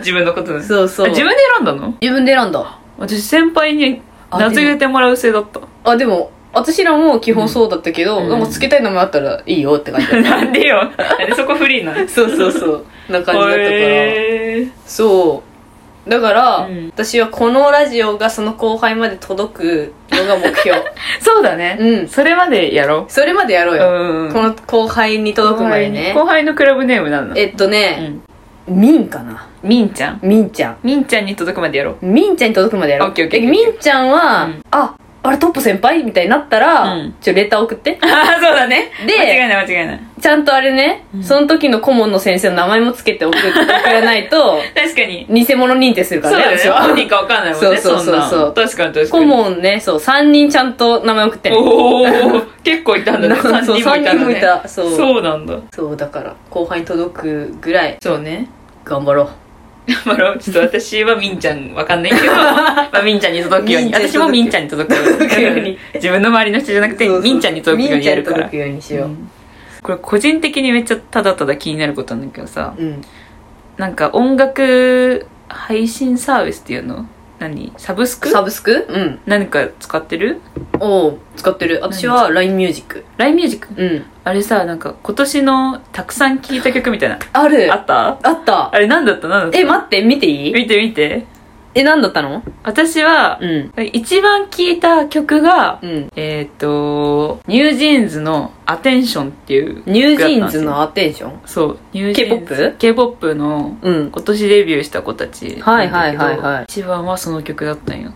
[SPEAKER 2] 自分のことなんです
[SPEAKER 1] そうそ
[SPEAKER 2] あ
[SPEAKER 1] う
[SPEAKER 2] 自分で選んだの
[SPEAKER 1] 自分で選んだ
[SPEAKER 2] 私先輩に
[SPEAKER 1] あ
[SPEAKER 2] 名付けてもらう性だった
[SPEAKER 1] あでも私らも基本そうだったけど、
[SPEAKER 2] うん
[SPEAKER 1] なんかつけたい名前あったらいいよって感じだっ
[SPEAKER 2] なんでよ なんでそこフリーなの
[SPEAKER 1] た そうそうそうな感じだったから、
[SPEAKER 2] へー
[SPEAKER 1] そうだから、
[SPEAKER 2] うん
[SPEAKER 1] 私はこのラジオがその後輩まで届くのが目 標
[SPEAKER 2] そうだね、
[SPEAKER 1] うん
[SPEAKER 2] それまでやろ
[SPEAKER 1] それまでやろ
[SPEAKER 2] う
[SPEAKER 1] うよ、
[SPEAKER 2] うん
[SPEAKER 1] この後輩に届くまでね
[SPEAKER 2] 後輩のクラブネームなんだ
[SPEAKER 1] えっと
[SPEAKER 2] う
[SPEAKER 1] ね、
[SPEAKER 2] ん
[SPEAKER 1] ミンかな
[SPEAKER 2] みんちゃん
[SPEAKER 1] ミンちゃん
[SPEAKER 2] みんちゃんに届くまでやろう
[SPEAKER 1] ミンちゃんに届くまでやろ
[SPEAKER 2] オ
[SPEAKER 1] う
[SPEAKER 2] ッケーオッケー
[SPEAKER 1] でミンちゃんは、
[SPEAKER 2] うん
[SPEAKER 1] ああれトップ先輩みたいになったら、
[SPEAKER 2] うん
[SPEAKER 1] ちょレター送って
[SPEAKER 2] ああそうだね
[SPEAKER 1] で
[SPEAKER 2] 間違いない間違いない
[SPEAKER 1] ちゃんとあれね、
[SPEAKER 2] うん
[SPEAKER 1] その時の顧問の先生の名前もつけて送って送らないと
[SPEAKER 2] 確かに
[SPEAKER 1] 偽物認定する
[SPEAKER 2] そ
[SPEAKER 1] か
[SPEAKER 2] う
[SPEAKER 1] らね
[SPEAKER 2] だね
[SPEAKER 1] 私は
[SPEAKER 2] 本人かわかんないもんね
[SPEAKER 1] そうそうそうそうん
[SPEAKER 2] なん確かに確か
[SPEAKER 1] 顧
[SPEAKER 2] に
[SPEAKER 1] 問ねそう3人ちゃんと名前送ってね
[SPEAKER 2] おお 結構いたんだね
[SPEAKER 1] そう
[SPEAKER 2] 3人もいた
[SPEAKER 1] 三
[SPEAKER 2] んだ
[SPEAKER 1] 人もい
[SPEAKER 2] ね
[SPEAKER 1] たそうそう
[SPEAKER 2] そうなんだ
[SPEAKER 1] だから後輩に届くぐらい
[SPEAKER 2] そうね
[SPEAKER 1] 頑張ろう
[SPEAKER 2] まあちょっと私はみんちゃんわかんない けどまあみんちゃんに届くように
[SPEAKER 1] みんちゃんに届く
[SPEAKER 2] 私もみんちゃんに届くように
[SPEAKER 1] 届くように
[SPEAKER 2] 自分の周りの人じゃなくて
[SPEAKER 1] そうそう
[SPEAKER 2] みんちゃんに届くようにやるから
[SPEAKER 1] みんちゃんに届くようにしよう
[SPEAKER 2] これ個人的にめっちゃただただ気になることなんだけどさ
[SPEAKER 1] うん
[SPEAKER 2] なんか音楽配信サービスっていうの何サブスク
[SPEAKER 1] サブスクうん
[SPEAKER 2] 何か使ってる
[SPEAKER 1] おう使ってる私は LINEMUSIC
[SPEAKER 2] ？LINE ミュージック
[SPEAKER 1] うん
[SPEAKER 2] あれさなんか今年のたくさん聴いた曲みたいな
[SPEAKER 1] ある
[SPEAKER 2] あった
[SPEAKER 1] あった
[SPEAKER 2] あれ何だった何だった
[SPEAKER 1] え待って見ていい
[SPEAKER 2] 見て見て
[SPEAKER 1] え何だったの
[SPEAKER 2] 私は
[SPEAKER 1] うん
[SPEAKER 2] 一番聴いた曲が
[SPEAKER 1] うん
[SPEAKER 2] えっ、とニュージーンズの「アテンション」っていう
[SPEAKER 1] ニュージーンズのアテンション
[SPEAKER 2] そうニュージーンズ
[SPEAKER 1] K-POP？
[SPEAKER 2] K-POP の
[SPEAKER 1] うん
[SPEAKER 2] 今年デビューした子たち
[SPEAKER 1] はいはいはいはい
[SPEAKER 2] なんだけど一番はその曲だったんよ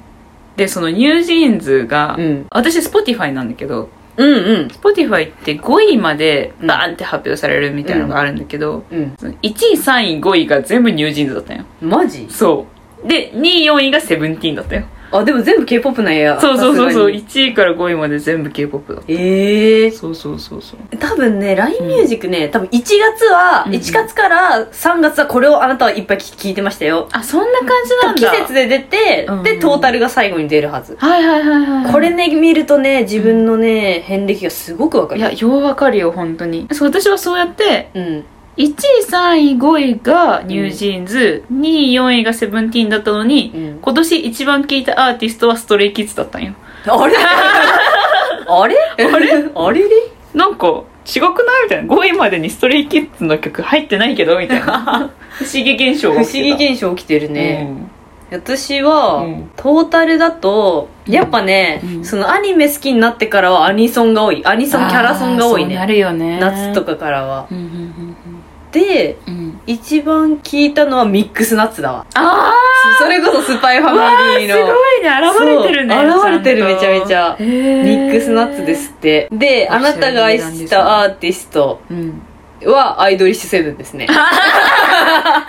[SPEAKER 2] でそのニュージーンズが、
[SPEAKER 1] うん
[SPEAKER 2] 私 Spotify なんだけど
[SPEAKER 1] うんうん
[SPEAKER 2] Spotify って5位まで
[SPEAKER 1] うん
[SPEAKER 2] バーンって発表されるみたいなのがあるんだけど、
[SPEAKER 1] うん
[SPEAKER 2] その1位3位5位が全部ニュージーンズだったんよ
[SPEAKER 1] マジ
[SPEAKER 2] そうで2位4位がセブンティーンだったよ
[SPEAKER 1] あでも全部 K-POP なんや
[SPEAKER 2] そうそうそ
[SPEAKER 1] さ
[SPEAKER 2] うそう
[SPEAKER 1] すがに
[SPEAKER 2] 1位から5位まで全部 K-POP だった
[SPEAKER 1] ええ
[SPEAKER 2] そうそうそうそう
[SPEAKER 1] 多分ね LINE ミュージックね、多分1月は、
[SPEAKER 2] うんうん
[SPEAKER 1] 1月から3月はこれをあなたはいっぱい聞いてましたよ
[SPEAKER 2] あそんな感じ
[SPEAKER 1] 多分季節で出て、
[SPEAKER 2] うん
[SPEAKER 1] でトータルが最後に出るはず、
[SPEAKER 2] はいはいはいはい
[SPEAKER 1] これね見るとね自分のね遍歴がすごくわか
[SPEAKER 2] い
[SPEAKER 1] る
[SPEAKER 2] やようわかるよ本当にそう私はそうやって
[SPEAKER 1] うん
[SPEAKER 2] 1位3位5位がニュージーンズ、2位4位がセブンティーンだったのに、
[SPEAKER 1] うん
[SPEAKER 2] 今年一番聴いたアーティストはストレイキッズだったんよ
[SPEAKER 1] あれあれあれあれ
[SPEAKER 2] なんか違くないみたいな5位までにストレイキッズの曲入ってないけどみたい な不思議現象
[SPEAKER 1] 不
[SPEAKER 2] が
[SPEAKER 1] 思
[SPEAKER 2] 起きて
[SPEAKER 1] 議
[SPEAKER 2] た
[SPEAKER 1] 現象起きてるね、私
[SPEAKER 2] う
[SPEAKER 1] は、
[SPEAKER 2] んうん
[SPEAKER 1] トータルだとやっぱね、
[SPEAKER 2] うん
[SPEAKER 1] そのアニメ好きになってからはアニソンが多いアニソンキャラソンが多い
[SPEAKER 2] あーそう
[SPEAKER 1] ね
[SPEAKER 2] なるよね
[SPEAKER 1] 夏と
[SPEAKER 2] か
[SPEAKER 1] かからは
[SPEAKER 2] うんうんうん
[SPEAKER 1] で
[SPEAKER 2] うんうん
[SPEAKER 1] 一番聞いたのはミックスナッツだわ
[SPEAKER 2] あ
[SPEAKER 1] そそれこそスパイファミリー
[SPEAKER 2] ーす
[SPEAKER 1] の
[SPEAKER 2] ごいね現れてるね
[SPEAKER 1] そう現れてるめちゃめちゃ
[SPEAKER 2] ミ
[SPEAKER 1] ミッ
[SPEAKER 2] ッ
[SPEAKER 1] クスナッツですってであなたが愛したアーティスト
[SPEAKER 2] うん。
[SPEAKER 1] はアイドリッシュセブンですね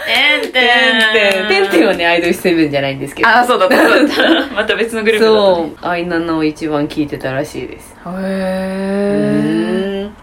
[SPEAKER 2] てん
[SPEAKER 1] てんてんてんてんは
[SPEAKER 2] ね。
[SPEAKER 1] ねアイドリッシュセブンじゃないんですけど
[SPEAKER 2] あ、そうだった、そ うだった。また別のグループだった、
[SPEAKER 1] そうアイナナを一番聞いてたらしいです
[SPEAKER 2] そう。
[SPEAKER 1] う
[SPEAKER 2] へ
[SPEAKER 1] ーん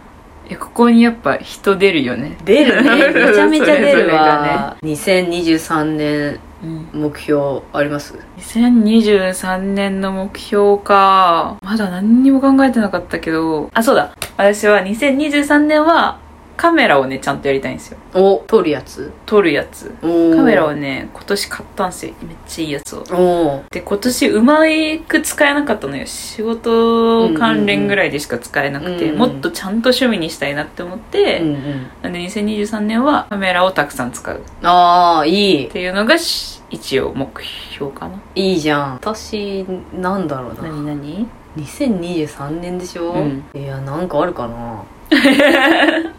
[SPEAKER 2] え。ここにやっぱ人出るよね。
[SPEAKER 1] 出るね めちゃめちゃ出
[SPEAKER 2] それぞれ
[SPEAKER 1] る
[SPEAKER 2] が
[SPEAKER 1] わ2023年
[SPEAKER 2] うん。
[SPEAKER 1] 目標あります
[SPEAKER 2] 2023年の目標か。まだ何にも考えてなかったけど。あ、そうだ。私は2023年はカメラをねちゃんとやりたいんですよ
[SPEAKER 1] お撮るやつ
[SPEAKER 2] 撮るやつ
[SPEAKER 1] カ
[SPEAKER 2] カメラを
[SPEAKER 1] ね
[SPEAKER 2] ね今年買ったんすよめっちゃいいやつを
[SPEAKER 1] おー
[SPEAKER 2] で今年うまく使えなかったのよ仕事関連ぐらいでしか使えなくて、
[SPEAKER 1] うんうん
[SPEAKER 2] もっとちゃんと趣味にしたいなって思って、
[SPEAKER 1] うんうん
[SPEAKER 2] なんで2023年はカメラをたくさん使うっ
[SPEAKER 1] ああいい
[SPEAKER 2] ていうのがし一応目標かない
[SPEAKER 1] いじゃん私なんだろうな
[SPEAKER 2] 何何
[SPEAKER 1] 2023年でしょ、
[SPEAKER 2] うん
[SPEAKER 1] いやなんかあるかな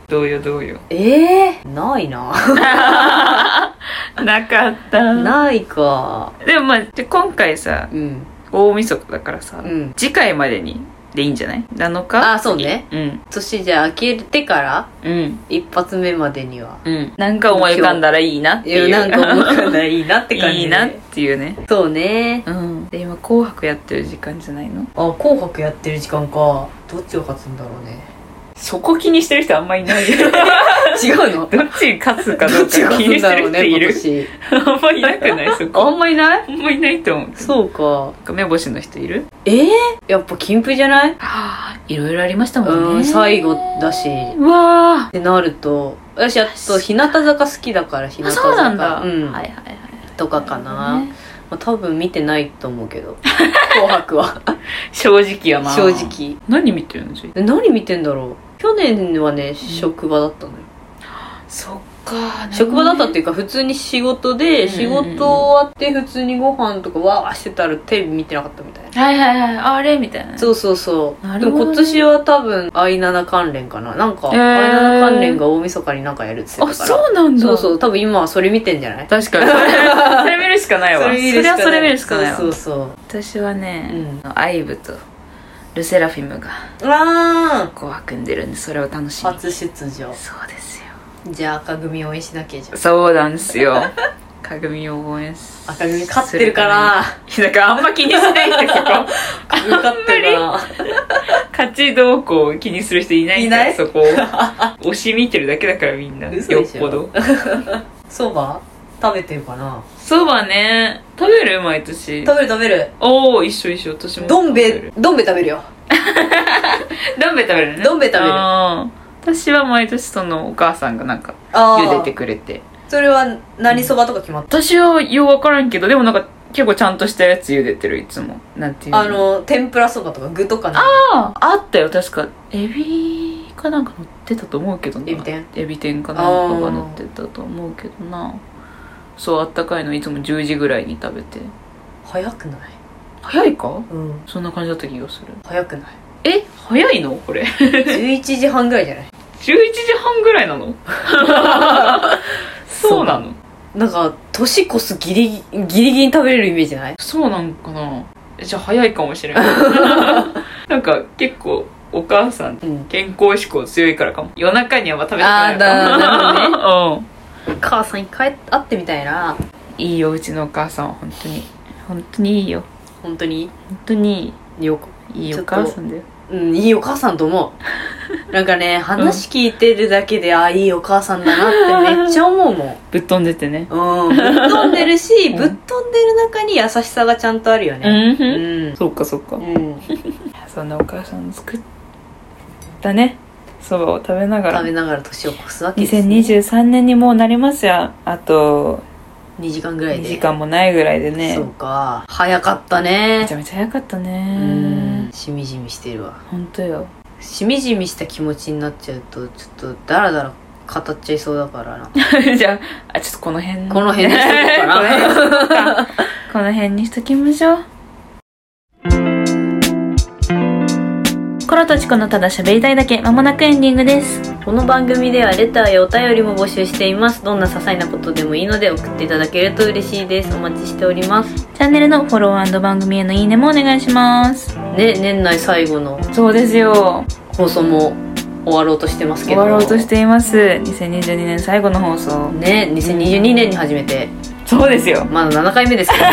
[SPEAKER 2] どうよどうよ
[SPEAKER 1] ええー、ない な
[SPEAKER 2] なかった
[SPEAKER 1] ないか
[SPEAKER 2] でもまあで今回さ
[SPEAKER 1] うん
[SPEAKER 2] 大晦日だからさ、
[SPEAKER 1] うん
[SPEAKER 2] 次回までにでいいんじゃない ?7 日
[SPEAKER 1] あそうね
[SPEAKER 2] うん
[SPEAKER 1] 年じゃあ明けてから
[SPEAKER 2] うん
[SPEAKER 1] 一発目までには
[SPEAKER 2] うんなんか思い浮かんだらいいなって
[SPEAKER 1] い
[SPEAKER 2] い
[SPEAKER 1] やな
[SPEAKER 2] う
[SPEAKER 1] んか思わないいいなって感じね
[SPEAKER 2] いいなっていうね
[SPEAKER 1] そうね
[SPEAKER 2] うんで今「紅白」やってる時間じゃないの
[SPEAKER 1] あ紅白やってる時間かどっちが勝つんだろうね
[SPEAKER 2] そこ気にしてる人あんまいない よ
[SPEAKER 1] 違うの
[SPEAKER 2] どっちに勝つかど
[SPEAKER 1] ど
[SPEAKER 2] う
[SPEAKER 1] っ
[SPEAKER 2] か
[SPEAKER 1] ちが勝
[SPEAKER 2] 気
[SPEAKER 1] つ
[SPEAKER 2] に
[SPEAKER 1] ん
[SPEAKER 2] して
[SPEAKER 1] だろ
[SPEAKER 2] る
[SPEAKER 1] うね
[SPEAKER 2] 人い
[SPEAKER 1] 今
[SPEAKER 2] る、
[SPEAKER 1] 年
[SPEAKER 2] あんまいなくないそ
[SPEAKER 1] あ
[SPEAKER 2] こ
[SPEAKER 1] んまいない
[SPEAKER 2] あんまいないと思う
[SPEAKER 1] そうか
[SPEAKER 2] なんか目星の人いる
[SPEAKER 1] えー、やっぱ金プじゃない
[SPEAKER 2] ああいろいろありましたもん
[SPEAKER 1] う
[SPEAKER 2] ね
[SPEAKER 1] ん最後だしっ
[SPEAKER 2] うわあ
[SPEAKER 1] てなると私あと日向坂好きだから日向坂
[SPEAKER 2] そうなんだ、
[SPEAKER 1] うん
[SPEAKER 2] はいはいはい
[SPEAKER 1] とかかな、まあ、多分見てないと思うけ ど紅白は
[SPEAKER 2] 正直やな
[SPEAKER 1] 正直
[SPEAKER 2] 何見てるのじゃ
[SPEAKER 1] え何見てんだろう去年はね職場だったのよ
[SPEAKER 2] そっか
[SPEAKER 1] 職場だったって
[SPEAKER 2] て
[SPEAKER 1] いうか普通に仕事で
[SPEAKER 2] うん
[SPEAKER 1] 仕事終わって普通にご飯とかわーしてたらテレビ見てなかったみたいな
[SPEAKER 2] はいはいはいあれみたいな
[SPEAKER 1] そうそうそう、
[SPEAKER 2] な
[SPEAKER 1] で
[SPEAKER 2] るほ
[SPEAKER 1] も
[SPEAKER 2] どね
[SPEAKER 1] 今年は多分アイナナ関連かななんか、
[SPEAKER 2] へー
[SPEAKER 1] アイナナ関連が大晦日になんかやるって言
[SPEAKER 2] あ
[SPEAKER 1] ってたから
[SPEAKER 2] そうなんだ
[SPEAKER 1] そうそうう多分今はそれ見てんじゃない
[SPEAKER 2] 確か にそれそれ見るしかないわそ
[SPEAKER 1] 見るし
[SPEAKER 2] れ
[SPEAKER 1] か
[SPEAKER 2] は
[SPEAKER 1] ない
[SPEAKER 2] それ見るしかないわ
[SPEAKER 1] そうそう
[SPEAKER 2] 私はね
[SPEAKER 1] そう、うん
[SPEAKER 2] アイブとルセラフィムが
[SPEAKER 1] あ
[SPEAKER 2] 紅白に出るんでそれを楽し
[SPEAKER 1] ー
[SPEAKER 2] みに
[SPEAKER 1] 初出場
[SPEAKER 2] そうですよ
[SPEAKER 1] じゃあ赤組応援しなきゃじゃん
[SPEAKER 2] そうなんです よ赤組を応援す
[SPEAKER 1] 赤組勝ってるかない
[SPEAKER 2] やだからあんま気にしないってそこ
[SPEAKER 1] 勝ってるな
[SPEAKER 2] 勝ち動向を気にする人いないんだよ
[SPEAKER 1] いない
[SPEAKER 2] そこを推し見てるだけだからみんな
[SPEAKER 1] 嘘でしょ
[SPEAKER 2] よっぽど
[SPEAKER 1] そば食べてるかな
[SPEAKER 2] そうはね食べる毎年
[SPEAKER 1] 食べる食べる
[SPEAKER 2] おお一緒一緒私も
[SPEAKER 1] どん
[SPEAKER 2] 食べ
[SPEAKER 1] べ
[SPEAKER 2] る
[SPEAKER 1] どんべ食べるよ
[SPEAKER 2] どんべ食べるね
[SPEAKER 1] どんべ食べる
[SPEAKER 2] あー私は毎年そのお母さんがなんか
[SPEAKER 1] あ
[SPEAKER 2] 茹でて
[SPEAKER 1] あ
[SPEAKER 2] くれて
[SPEAKER 1] それは何そばとか決まった、
[SPEAKER 2] 私はよう分からんけどでもなんか結構ちゃんとしたやつ茹でてるいつもなんていう
[SPEAKER 1] あの天ぷらそばとか具とかな
[SPEAKER 2] ああったよ確かエビかなんか乗ってたと思うけどな
[SPEAKER 1] エビ天
[SPEAKER 2] エビ天かなんかが乗ってたと思うけどなそうあったかいのいつも10時ぐらいに食べて
[SPEAKER 1] 早くない
[SPEAKER 2] 早いか
[SPEAKER 1] うん
[SPEAKER 2] そんな感じだった気がする
[SPEAKER 1] 早くない
[SPEAKER 2] え早いのこれ
[SPEAKER 1] 11時半ぐらいじゃない
[SPEAKER 2] 11時半ぐらいな のそうなの
[SPEAKER 1] なんか年越すギリギリギリギリに食べれるイメージない
[SPEAKER 2] そうなんかなじゃあ早いかもしれ ないなんか結構お母さん
[SPEAKER 1] うん
[SPEAKER 2] 健康志向強いからかも夜中にはあんま食べたくない
[SPEAKER 1] あーななる
[SPEAKER 2] ほ どね、
[SPEAKER 1] 母さんに帰っ会ってみたいな
[SPEAKER 2] うん、いいようちのお母さんは本当に本当にいいよ
[SPEAKER 1] 本当に
[SPEAKER 2] 本当に
[SPEAKER 1] よく
[SPEAKER 2] いい
[SPEAKER 1] ちょ
[SPEAKER 2] お
[SPEAKER 1] っと
[SPEAKER 2] 母さんだよ
[SPEAKER 1] うん、いいお母さんと思 う。なんかね、話聞いてるだけで、ああ、いいお母さんだなってめっちゃ思うも
[SPEAKER 2] ぶっ飛んでてね
[SPEAKER 1] ん。うん。ぶっ飛んでるし、
[SPEAKER 2] うん
[SPEAKER 1] ぶっ飛んでる中に優しさがちゃんとあるよね。
[SPEAKER 2] んふ
[SPEAKER 1] うんん。
[SPEAKER 2] そうかそうか
[SPEAKER 1] うん。
[SPEAKER 2] そんなお母さんの作ったねそばを食べなが
[SPEAKER 1] 食
[SPEAKER 2] ら
[SPEAKER 1] べながら年を越すわけです、ね。
[SPEAKER 2] 2023年にもうなりますよあと
[SPEAKER 1] 2時間ぐらい
[SPEAKER 2] 2
[SPEAKER 1] で。
[SPEAKER 2] 時間もないぐらいでね
[SPEAKER 1] そうか。早かった
[SPEAKER 2] めち
[SPEAKER 1] ね。
[SPEAKER 2] ゃめちゃ早かった
[SPEAKER 1] うん
[SPEAKER 2] ね。
[SPEAKER 1] しみじみしてるわ。
[SPEAKER 2] 本当よ
[SPEAKER 1] しみじみした気持ちになっちゃうと、ちょっとダラダラ語っちゃいそうだからな。
[SPEAKER 2] じゃあ、あちょっとこの辺
[SPEAKER 1] この辺にしとこうかな
[SPEAKER 2] この辺にしとこうか この辺にしときましょう。コロとチコのただ喋りたいだけ、まもなくエンディングです。
[SPEAKER 1] この番組ではレターやお便りも募集していますどんな些細なことでもいいので送っていただけると嬉しいですお待ちしております
[SPEAKER 2] チャンネルのフォロー番組へのいいねもお願いします。
[SPEAKER 1] ね年内最後の
[SPEAKER 2] そうですよ。
[SPEAKER 1] 放送も終わろうとしてますけ
[SPEAKER 2] 終
[SPEAKER 1] ど
[SPEAKER 2] わろうとしています。2022年最後の放送。
[SPEAKER 1] ね2022年に始めて
[SPEAKER 2] そうですよ。
[SPEAKER 1] まだ7回目です けど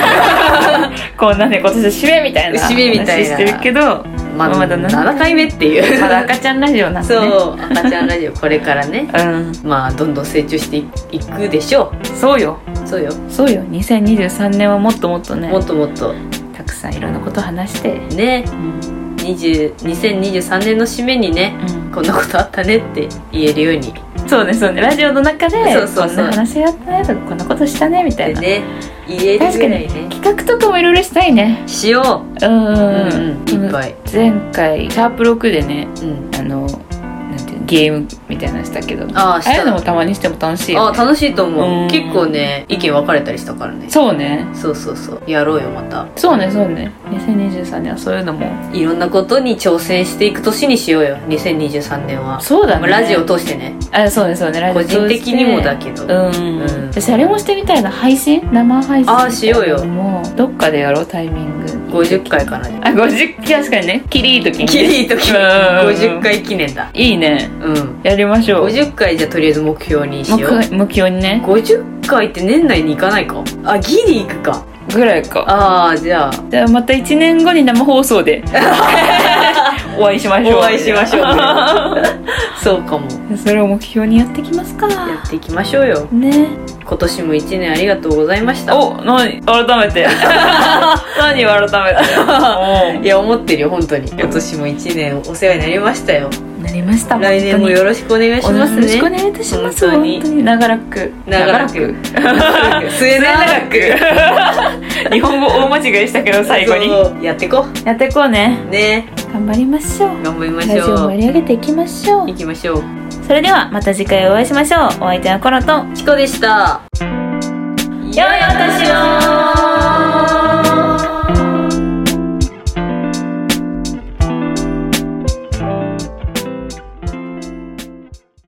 [SPEAKER 2] こんなね、今年締めみたいな。
[SPEAKER 1] 締めみたいな
[SPEAKER 2] 話してるけど、
[SPEAKER 1] まだ
[SPEAKER 2] まだ
[SPEAKER 1] 7回目っていう
[SPEAKER 2] まだ赤ちゃんラジオなんでね。
[SPEAKER 1] そう赤ちゃんラジオこれからね
[SPEAKER 2] うん。
[SPEAKER 1] まあどんどん成長していくでしょ
[SPEAKER 2] そうよ。
[SPEAKER 1] うそうよ
[SPEAKER 2] そうよ2023年はもっともっとね
[SPEAKER 1] もっともっと
[SPEAKER 2] たくさんいろんなこと話して
[SPEAKER 1] ね
[SPEAKER 2] うん、
[SPEAKER 1] 20 2023年の締めにね
[SPEAKER 2] うん、
[SPEAKER 1] こんなことあったねって言えるように
[SPEAKER 4] そうねそうねラジオの中で
[SPEAKER 1] そうそうそう
[SPEAKER 4] こんな話やったねとかこんなことしたねみたい
[SPEAKER 1] で
[SPEAKER 4] な、
[SPEAKER 1] ね言える
[SPEAKER 2] 確
[SPEAKER 1] ぐ
[SPEAKER 2] からに
[SPEAKER 1] いね
[SPEAKER 2] 企画とかもいろいろしたいね
[SPEAKER 1] しよ
[SPEAKER 2] う
[SPEAKER 1] う、うん
[SPEAKER 2] ん
[SPEAKER 1] うん、いっぱい、
[SPEAKER 2] 前回シャープ6でね
[SPEAKER 1] うん、
[SPEAKER 2] あのなんていうのゲームみたいなのしたけど
[SPEAKER 1] ああし
[SPEAKER 2] ああいう
[SPEAKER 1] た
[SPEAKER 2] のもたまにしても楽しいよ
[SPEAKER 1] あ
[SPEAKER 2] ね
[SPEAKER 1] 楽しいと思
[SPEAKER 4] う
[SPEAKER 1] うん結構ね意見分かれたりしたからね
[SPEAKER 2] そうね
[SPEAKER 1] そうそうそうやろうよまた
[SPEAKER 2] そうねそうね2023年はそういうのも
[SPEAKER 1] いろんなことに挑戦していく年にしようよ2023年は、
[SPEAKER 2] そうだ
[SPEAKER 1] まあ
[SPEAKER 2] ね
[SPEAKER 1] ラジオ通してね
[SPEAKER 2] あそうねそうねラジ
[SPEAKER 1] 個
[SPEAKER 2] オ通して
[SPEAKER 1] 人的にもだけど、
[SPEAKER 2] うん、
[SPEAKER 1] うん
[SPEAKER 2] 私あれもしてみたいな配信生配信
[SPEAKER 1] あーしようよ
[SPEAKER 2] もうどっかでやろうタイミング
[SPEAKER 1] 50回かな
[SPEAKER 2] あ50確かにねキリいい時にね
[SPEAKER 1] きりいい時
[SPEAKER 2] うん
[SPEAKER 1] 50回記念だ
[SPEAKER 2] いいね
[SPEAKER 1] うん
[SPEAKER 2] やりましょう
[SPEAKER 1] 50回じゃとりあえず目標にし
[SPEAKER 2] 目
[SPEAKER 1] よう
[SPEAKER 2] 標目標にね
[SPEAKER 1] 50回って年内に行かないかあギリ行くか
[SPEAKER 2] ぐらいか
[SPEAKER 1] ああじゃあ
[SPEAKER 2] じゃあまた1年後に生放送で お会いしましょう
[SPEAKER 1] お会いしましょう そうかも
[SPEAKER 2] それを目標にやってきますか
[SPEAKER 1] やっていきましょうよ
[SPEAKER 2] ね
[SPEAKER 1] 今年も1年ありがとうございました
[SPEAKER 4] お何改め て何改めて
[SPEAKER 1] いや思ってるよ本当に今年も1年お世話になりましたよ
[SPEAKER 2] なりました
[SPEAKER 1] 来年もよろしくお願いし
[SPEAKER 2] 本当
[SPEAKER 1] ま
[SPEAKER 2] に
[SPEAKER 1] す
[SPEAKER 2] よろしくお
[SPEAKER 1] ね
[SPEAKER 2] 願いいたします
[SPEAKER 1] 本
[SPEAKER 2] 本
[SPEAKER 1] 当
[SPEAKER 2] 当
[SPEAKER 1] に
[SPEAKER 2] に長らく
[SPEAKER 1] 長らく 末
[SPEAKER 4] 長
[SPEAKER 1] 永く
[SPEAKER 4] く 日本語大間違いしたけど最後に
[SPEAKER 1] そうやってこ
[SPEAKER 2] やっていこうね
[SPEAKER 1] うね
[SPEAKER 2] 頑張りましょう
[SPEAKER 1] 頑張りまし
[SPEAKER 2] ラジオ
[SPEAKER 1] ょ
[SPEAKER 2] 盛
[SPEAKER 1] う
[SPEAKER 2] り上げていきましょう
[SPEAKER 1] 行きましょう
[SPEAKER 2] それではまた次回お会いしましょうお相手はコロと
[SPEAKER 1] チコでした良
[SPEAKER 2] いお年を